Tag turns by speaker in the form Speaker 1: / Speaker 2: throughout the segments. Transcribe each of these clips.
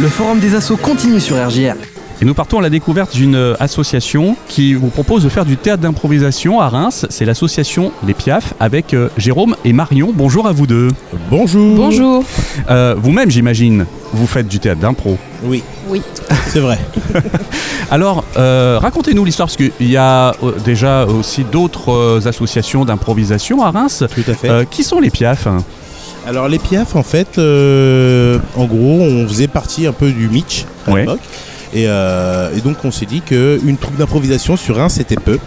Speaker 1: Le forum des assauts continue sur RJR.
Speaker 2: Et nous partons à la découverte d'une euh, association qui vous propose de faire du théâtre d'improvisation à Reims. C'est l'association Les Piaf avec euh, Jérôme et Marion. Bonjour à vous deux.
Speaker 3: Bonjour.
Speaker 4: Bonjour.
Speaker 2: Euh, Vous-même, j'imagine, vous faites du théâtre d'impro.
Speaker 3: Oui.
Speaker 4: Oui.
Speaker 3: C'est vrai.
Speaker 2: Alors, euh, racontez-nous l'histoire, parce qu'il y a euh, déjà aussi d'autres euh, associations d'improvisation à Reims.
Speaker 3: Tout à fait.
Speaker 2: Euh, qui sont les Piaf
Speaker 3: Alors les Piaf, en fait, euh, en gros, on faisait partie un peu du Mitch à
Speaker 2: Ouais.
Speaker 3: l'époque. Et, euh, et donc on s'est dit qu'une troupe d'improvisation sur un, c'était peu.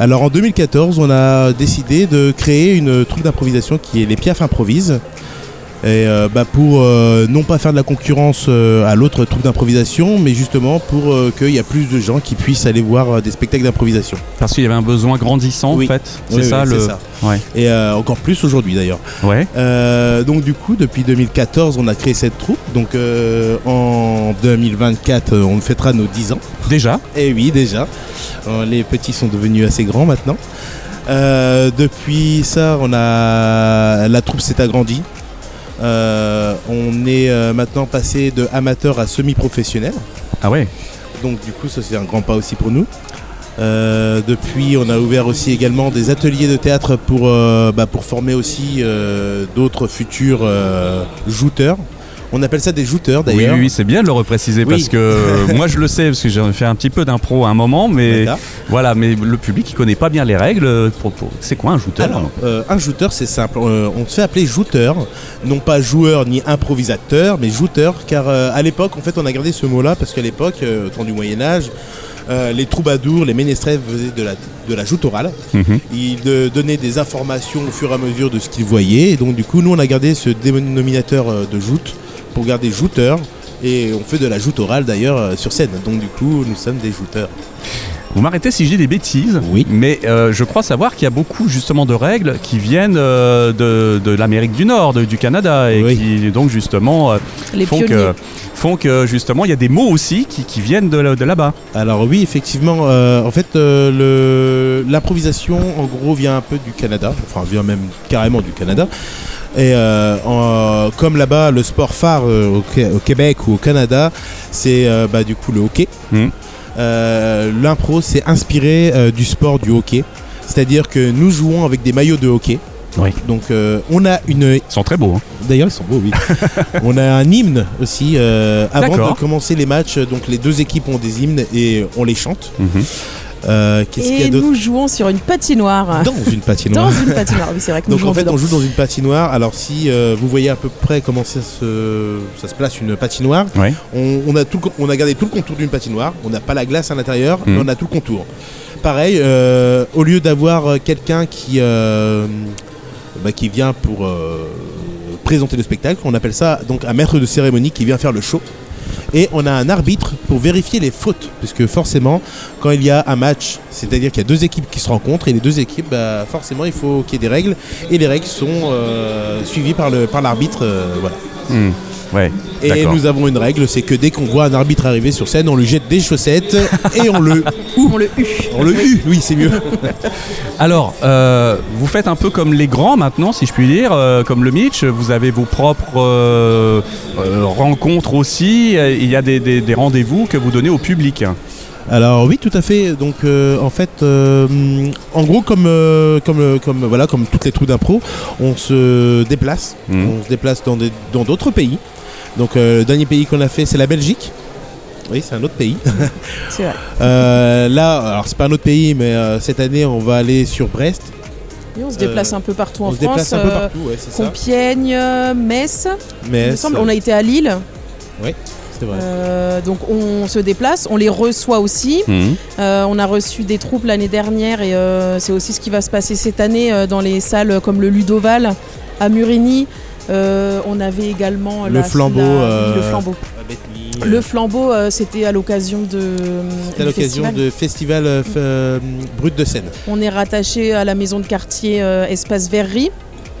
Speaker 3: Alors en 2014, on a décidé de créer une troupe d'improvisation qui est les Piaf Improvisent. Et euh, bah, pour euh, non pas faire de la concurrence euh, à l'autre troupe d'improvisation, mais justement pour euh, qu'il y a plus de gens qui puissent aller voir euh, des spectacles d'improvisation.
Speaker 2: Parce qu'il y avait un besoin grandissant,
Speaker 3: Oui.
Speaker 2: en fait. C'est
Speaker 3: Oui,
Speaker 2: ça
Speaker 3: oui,
Speaker 2: le.
Speaker 3: c'est ça.
Speaker 2: Ouais.
Speaker 3: Et euh, encore plus aujourd'hui d'ailleurs.
Speaker 2: Ouais.
Speaker 3: Euh, donc du coup, depuis 2014, on a créé cette troupe. Donc euh, en 2024, euh, on fêtera nos 10 ans.
Speaker 2: Déjà.
Speaker 3: Et oui, déjà. Euh, les petits sont devenus assez grands maintenant. Euh, depuis ça, on a la troupe s'est agrandie. Euh, on est euh, maintenant passé de amateur à semi-professionnel.
Speaker 2: Ah ouais.
Speaker 3: Donc du coup, ça c'est un grand pas aussi pour nous. Euh, depuis, on a ouvert aussi également des ateliers de théâtre pour, euh, bah, pour former aussi euh, d'autres futurs euh, jouteurs. On appelle ça des jouteurs
Speaker 2: Oui,
Speaker 3: d'ailleurs.
Speaker 2: oui, oui, c'est bien de le repréciser
Speaker 3: Oui.
Speaker 2: parce que euh, moi je le sais parce que j'ai fait un petit peu d'impro à un moment, mais
Speaker 3: D'accord.
Speaker 2: voilà, mais le public il connaît pas bien les règles. euh, Pour, pour- C'est quoi un jouteur
Speaker 3: Alors, euh, un jouteur, c'est simple. Euh, on se fait appeler jouteur, non pas joueur ni improvisateur, mais jouteur, car euh, à l'époque, en fait, on a gardé ce mot-là parce qu'à l'époque, euh, au temps du Moyen Âge, euh, les troubadours, les ménestrels faisaient de la, de la joute orale.
Speaker 2: Mhm.
Speaker 3: Ils euh, donnaient des informations au fur et à mesure de ce qu'ils voyaient. Et donc, du coup, nous, on a gardé ce dénominateur euh, de joute pour garder jouteur. Et on fait de la joute orale d'ailleurs euh, sur scène. Donc, du coup, nous sommes des jouteurs.
Speaker 2: Vous m'arrêtez si j'ai des bêtises.
Speaker 3: Oui.
Speaker 2: Mais euh, je crois savoir qu'il y a beaucoup justement de règles qui viennent euh, de, de l'Amérique du Nord, de- du Canada, et
Speaker 3: Oui.
Speaker 2: qui donc justement euh,
Speaker 4: Les
Speaker 2: font
Speaker 4: pionniers.
Speaker 2: que font que justement il y a des mots aussi qui, qui viennent de, là- de là-bas.
Speaker 3: Alors oui, effectivement, euh, en fait, euh, le- l'improvisation, en gros, vient un peu du Canada, enfin, vient même carrément du Canada. Et euh, en- comme là-bas, le sport phare euh, au, Qué- au Québec ou au Canada, c'est euh, bah, du coup le hockey.
Speaker 2: Mhm.
Speaker 3: Euh, L'impro, c'est inspiré euh, du sport du hockey. C'est-à-dire que nous jouons avec des maillots de hockey.
Speaker 2: Oui.
Speaker 3: Donc euh, on a une
Speaker 2: Ils sont très beaux. hein.
Speaker 3: D'ailleurs, ils sont beaux, oui. on a un hymne aussi. euh, avant de
Speaker 2: D'accord.
Speaker 3: commencer les matchs, donc les deux équipes ont des hymnes et on les chante.
Speaker 2: Mhm.
Speaker 3: Euh, Qu'est-ce qu'il y a
Speaker 4: Et
Speaker 3: d'autre
Speaker 4: nous jouons sur une patinoire.
Speaker 3: Dans une patinoire.
Speaker 4: Dans une patinoire. Oui, c'est vrai que nous
Speaker 3: Donc
Speaker 4: jouons
Speaker 3: en fait,
Speaker 4: dedans.
Speaker 3: on joue dans une patinoire. Alors si euh, vous voyez à peu près comment ça se, ça se place une patinoire,
Speaker 2: Ouais.
Speaker 3: on, on a tout, le con- on a gardé tout le contour d'une patinoire. On n'a pas la glace à l'intérieur,
Speaker 2: Mhm.
Speaker 3: mais on a tout le contour. Pareil, euh, au lieu d'avoir euh, quelqu'un qui, euh, bah, qui vient pour euh, présenter le spectacle, on appelle ça donc un maître de cérémonie qui vient faire le show. Et on a un arbitre pour vérifier les fautes, puisque forcément, quand il y a un match, c'est-à-dire qu'il y a deux équipes qui se rencontrent, et les deux équipes, bah, forcément, il faut qu'il y ait des règles, et les règles sont euh, suivies par le par l'arbitre. euh, voilà.
Speaker 2: Mhm. Ouais.
Speaker 3: Et
Speaker 2: D'accord.
Speaker 3: nous avons une règle, c'est que dès qu'on voit un arbitre arriver sur scène, on lui jette des chaussettes et on le
Speaker 4: On le hue.
Speaker 3: on le hue. Oui, c'est mieux.
Speaker 2: Alors, euh, vous faites un peu comme les grands maintenant, si je puis dire, euh, comme le Mitch. Vous avez vos propres euh, euh, rencontres aussi. euh, Il y a des, des- des rendez-vous que vous donnez au public.
Speaker 3: Alors oui, tout à fait. Donc euh, en fait, euh, en gros, comme euh, comme euh, comme voilà, comme toutes les trous d'impro, on se déplace,
Speaker 2: Mhm.
Speaker 3: on se déplace dans des dans d'autres pays. Donc euh, le dernier pays qu'on a fait, c'est la Belgique. Oui, c'est un autre pays.
Speaker 4: C'est vrai.
Speaker 3: Euh, là, alors c'est pas un autre pays, mais euh, cette année, on va aller sur Brest.
Speaker 4: Et on se déplace
Speaker 3: Euh,
Speaker 4: un peu partout
Speaker 3: on
Speaker 4: en
Speaker 3: se
Speaker 4: France.
Speaker 3: déplace un peu
Speaker 4: euh,
Speaker 3: partout, ouais, c'est ça.
Speaker 4: Compiègne, euh, Metz. Il me
Speaker 3: Mais
Speaker 4: semble, on a été à Lille.
Speaker 3: c'est vrai.
Speaker 4: Euh, donc on se déplace, on les reçoit aussi.
Speaker 2: Mhm.
Speaker 4: Euh, on a reçu des troupes l'année dernière et euh, c'est aussi ce qui va se passer cette année euh, dans les salles comme le Ludoval à Murigny. Euh, on avait également
Speaker 3: Le
Speaker 4: la-
Speaker 3: flambeau,
Speaker 4: la-
Speaker 3: euh,
Speaker 4: le flambeau. Le flambeau, euh, c'était à l'occasion de.
Speaker 3: C'est à l'occasion de festival euh, f- euh, Brut de Seine.
Speaker 4: On est rattaché à la maison de quartier euh, Espace Verrerie,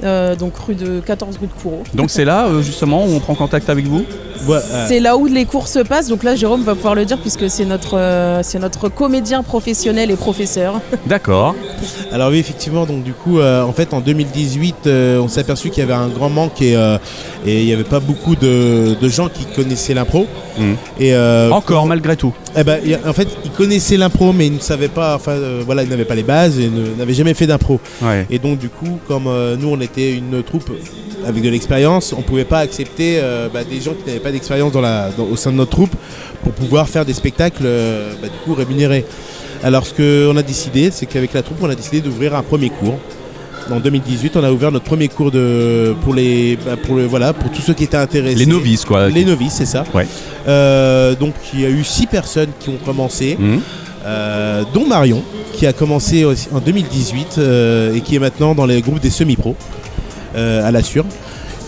Speaker 4: euh, donc rue de 14 rue de Courreau.
Speaker 2: Donc c'est là euh, justement où on prend contact avec vous.
Speaker 3: Ouais, euh,
Speaker 4: C'est là où les cours se passent, donc là Jérôme va pouvoir le dire puisque c'est notre, euh, c'est notre comédien professionnel et professeur.
Speaker 2: D'accord.
Speaker 3: Alors oui, effectivement, donc du coup, euh, en fait, en 2018, euh, on s'est aperçu qu'il y avait un grand manque et, euh, et il n'y avait pas beaucoup de, de gens qui connaissaient l'impro.
Speaker 2: Mhm.
Speaker 3: Et euh,
Speaker 2: Encore, malgré tout.
Speaker 3: eh ben, il y a- en fait, ils connaissaient l'impro, mais ils ne savaient pas, enfin euh, voilà, ils n'avaient pas les bases et ne- n'avaient jamais fait d'impro.
Speaker 2: Ouais.
Speaker 3: Et donc, du coup, comme euh, nous, on était une troupe avec de l'expérience, on ne pouvait pas accepter euh, bah, des gens qui n'avaient pas d'expérience dans la- dans- au sein de notre troupe pour pouvoir faire des spectacles, euh, bah, du coup, rémunérés. Alors, ce qu'on a décidé, c'est qu'avec la troupe, on a décidé d'ouvrir un premier cours. En 2018, on a ouvert notre premier cours de, pour, les, bah, pour, le, voilà, pour tous ceux qui étaient intéressés.
Speaker 2: Les novices, quoi.
Speaker 3: Les novices, c'est ça.
Speaker 2: Ouais.
Speaker 3: Euh, donc, il y a eu six personnes qui ont commencé.
Speaker 2: Mhm.
Speaker 3: Euh, dont Marion, qui a commencé aussi en 2018 euh, et qui est maintenant dans les groupes des semi-pros euh, à la Sûre.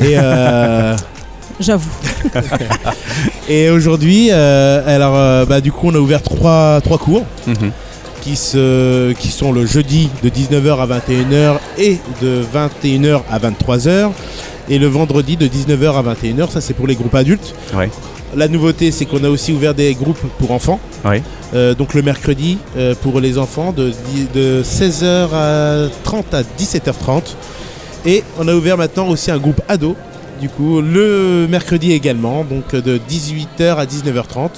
Speaker 3: Et, euh,
Speaker 4: J'avoue.
Speaker 3: et aujourd'hui, euh, alors euh, bah, du coup, on a ouvert trois, trois cours
Speaker 2: Mhm.
Speaker 3: qui, se, qui sont le jeudi de 19h à 21h et de 21h à 23h. Et le vendredi de 19h à 21h, ça c'est pour les groupes adultes.
Speaker 2: Ouais.
Speaker 3: La nouveauté c'est qu'on a aussi ouvert des groupes pour enfants.
Speaker 2: Ouais.
Speaker 3: Euh, donc le mercredi euh, pour les enfants de, dix- de 16h à 30 à 17h30. Et on a ouvert maintenant aussi un groupe ado, du coup, le mercredi également, donc euh, de 18h à 19h30.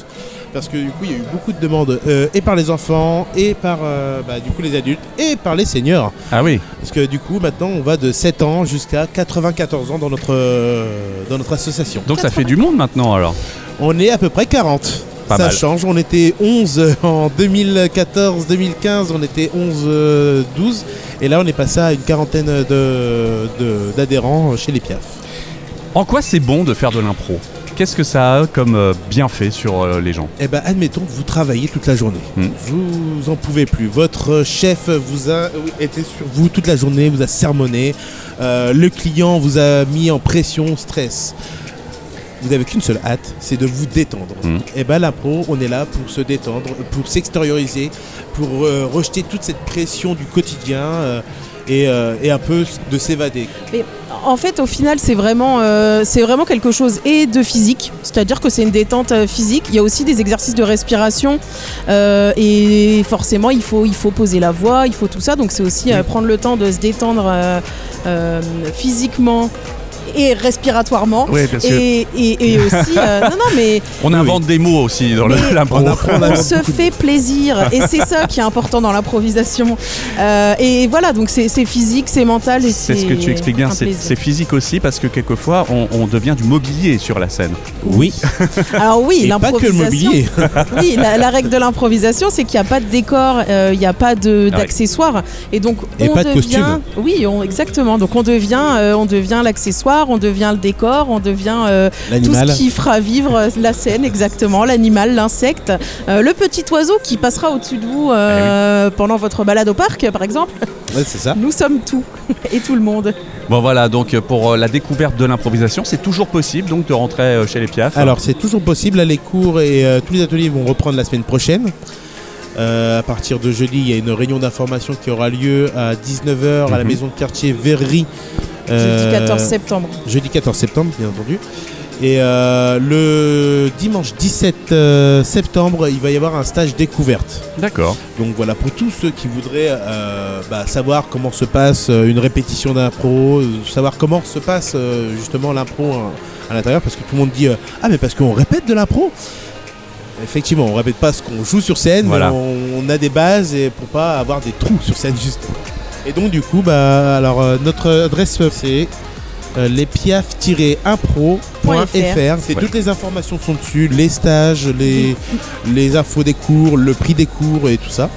Speaker 3: Parce que du coup, il y a eu beaucoup de demandes, euh, et par les enfants, et par euh, bah, du coup, les adultes, et par les seniors.
Speaker 2: Ah oui.
Speaker 3: Parce que du coup, maintenant, on va de 7 ans jusqu'à 94 ans dans notre, euh, dans notre association.
Speaker 2: Donc ça fait du monde maintenant alors.
Speaker 3: On est à peu près 40.
Speaker 2: Pas
Speaker 3: ça
Speaker 2: mal.
Speaker 3: change, on était 11 en 2014-2015, on était 11-12, et là on est passé à une quarantaine de- de- d'adhérents chez les Piaf.
Speaker 2: En quoi c'est bon de faire de l'impro Qu'est-ce que ça a comme euh, bienfait sur euh, les gens
Speaker 3: Eh ben, admettons que vous travaillez toute la journée.
Speaker 2: Mm.
Speaker 3: Vous en pouvez plus. Votre chef vous a été sur vous toute la journée, vous a sermonné. Euh, le client vous a mis en pression, stress. Vous n'avez qu'une seule hâte, c'est de vous détendre.
Speaker 2: Mm.
Speaker 3: Eh ben, l'impro, on est là pour se détendre, pour s'extérioriser, pour euh, rejeter toute cette pression du quotidien euh, et, euh, et un peu de s'évader.
Speaker 4: Mais en fait, au final, c'est vraiment, euh, c'est vraiment quelque chose et de physique, c'est-à-dire que c'est une détente euh, physique. Il y a aussi des exercices de respiration euh, et forcément, il faut, il faut poser la voix, il faut tout ça. Donc, c'est aussi euh, prendre le temps de se détendre euh, euh, physiquement et respiratoirement.
Speaker 2: Oui, bien
Speaker 4: Et, et- et aussi, euh, non, non, mais
Speaker 2: On invente des mots aussi dans le-
Speaker 4: Mais-
Speaker 2: l'impro.
Speaker 3: On apprend la
Speaker 4: Ah on se fait plaisir et c'est ça qui est important dans l'improvisation. Euh, et voilà, donc c'est c'est physique, c'est mental et c'est
Speaker 2: C'est ce que tu expliques bien,
Speaker 4: un
Speaker 2: c'est
Speaker 4: plaisir.
Speaker 2: c'est physique aussi parce que quelquefois on, on devient du mobilier sur la scène.
Speaker 3: Oui,
Speaker 4: Alors oui,
Speaker 3: et pas que le
Speaker 4: l'improvisation.
Speaker 3: mobilier.
Speaker 4: Oui, la, la règle de l'improvisation, c'est qu'il n'y a pas de décor, euh, il n'y a pas de-
Speaker 2: Ah ouais.
Speaker 4: d'accessoires, et donc
Speaker 3: Et
Speaker 4: on
Speaker 3: pas de
Speaker 4: devient.
Speaker 3: costume.
Speaker 4: Oui, on- exactement. Donc on devient, euh, on devient l'accessoire, on devient le décor, on devient euh, tout
Speaker 3: L'animal.
Speaker 4: ce qui fera vivre euh, la scène, exactement, l'animal, l'insecte, euh, le petit oiseau qui passera au-dessus de
Speaker 3: Eh
Speaker 4: vous euh, pendant votre balade au parc, par exemple.
Speaker 3: Ouais, c'est ça.
Speaker 4: Nous sommes tout et tout le monde.
Speaker 2: Bon voilà, donc euh, pour euh, la découverte de l'improvisation, c'est toujours possible donc de rentrer euh, chez les Piaf.
Speaker 3: Alors c'est toujours possible, là les cours et euh, tous les ateliers vont reprendre la semaine prochaine. Euh, à partir de jeudi, il y a une réunion d'information qui aura lieu à 19h à la
Speaker 2: Mhm.
Speaker 3: maison de quartier Verry.
Speaker 4: Jeudi
Speaker 3: Euh,
Speaker 4: 14 septembre.
Speaker 3: jeudi 14 septembre, bien entendu. Et euh, le dimanche 17 euh, septembre, il va y avoir un stage découverte.
Speaker 2: D'accord.
Speaker 3: Donc voilà, pour tous ceux qui voudraient euh, bah, savoir comment se passe euh, une répétition d'impro, euh, savoir comment se passe euh, justement l'impro hein, à l'intérieur, parce que tout le monde dit euh, Ah, mais parce qu'on répète de l'impro Effectivement, on répète pas ce qu'on joue sur scène,
Speaker 2: Voilà.
Speaker 3: mais on, on a des bases et pour pas avoir des trous sur scène juste. Et donc du coup, bah, alors euh, notre adresse euh, c'est euh, lespiaf-impro.fr. C'est
Speaker 2: Ouais.
Speaker 3: toutes les informations sont dessus, les stages, les, les infos des cours, le prix des cours et tout ça.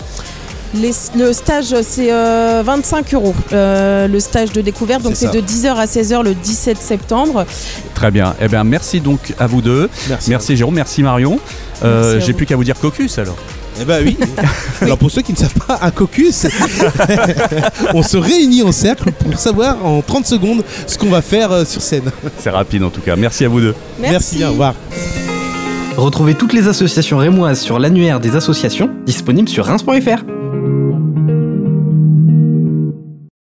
Speaker 4: Les- le stage, c'est euh, 25 euros, euh, le stage de découverte. Donc
Speaker 3: C'est
Speaker 4: c'est
Speaker 3: ça.
Speaker 4: de 10h à 16h le 17 septembre.
Speaker 2: Très bien. Eh bien merci donc à vous deux.
Speaker 3: Merci.
Speaker 2: Merci Jérôme, merci Marion. Euh,
Speaker 4: Merci à
Speaker 2: J'ai
Speaker 4: vous.
Speaker 2: plus qu'à vous dire cocus alors.
Speaker 3: Eh ben oui. Alors pour ceux qui ne savent pas, un caucus, on se réunit en cercle pour savoir en 30 secondes ce qu'on va faire euh, sur scène.
Speaker 2: C'est rapide en tout cas. Merci à vous deux.
Speaker 3: Merci hein, au revoir.
Speaker 1: Retrouvez toutes les associations rémoises sur l'annuaire des associations disponible sur Reims.fr.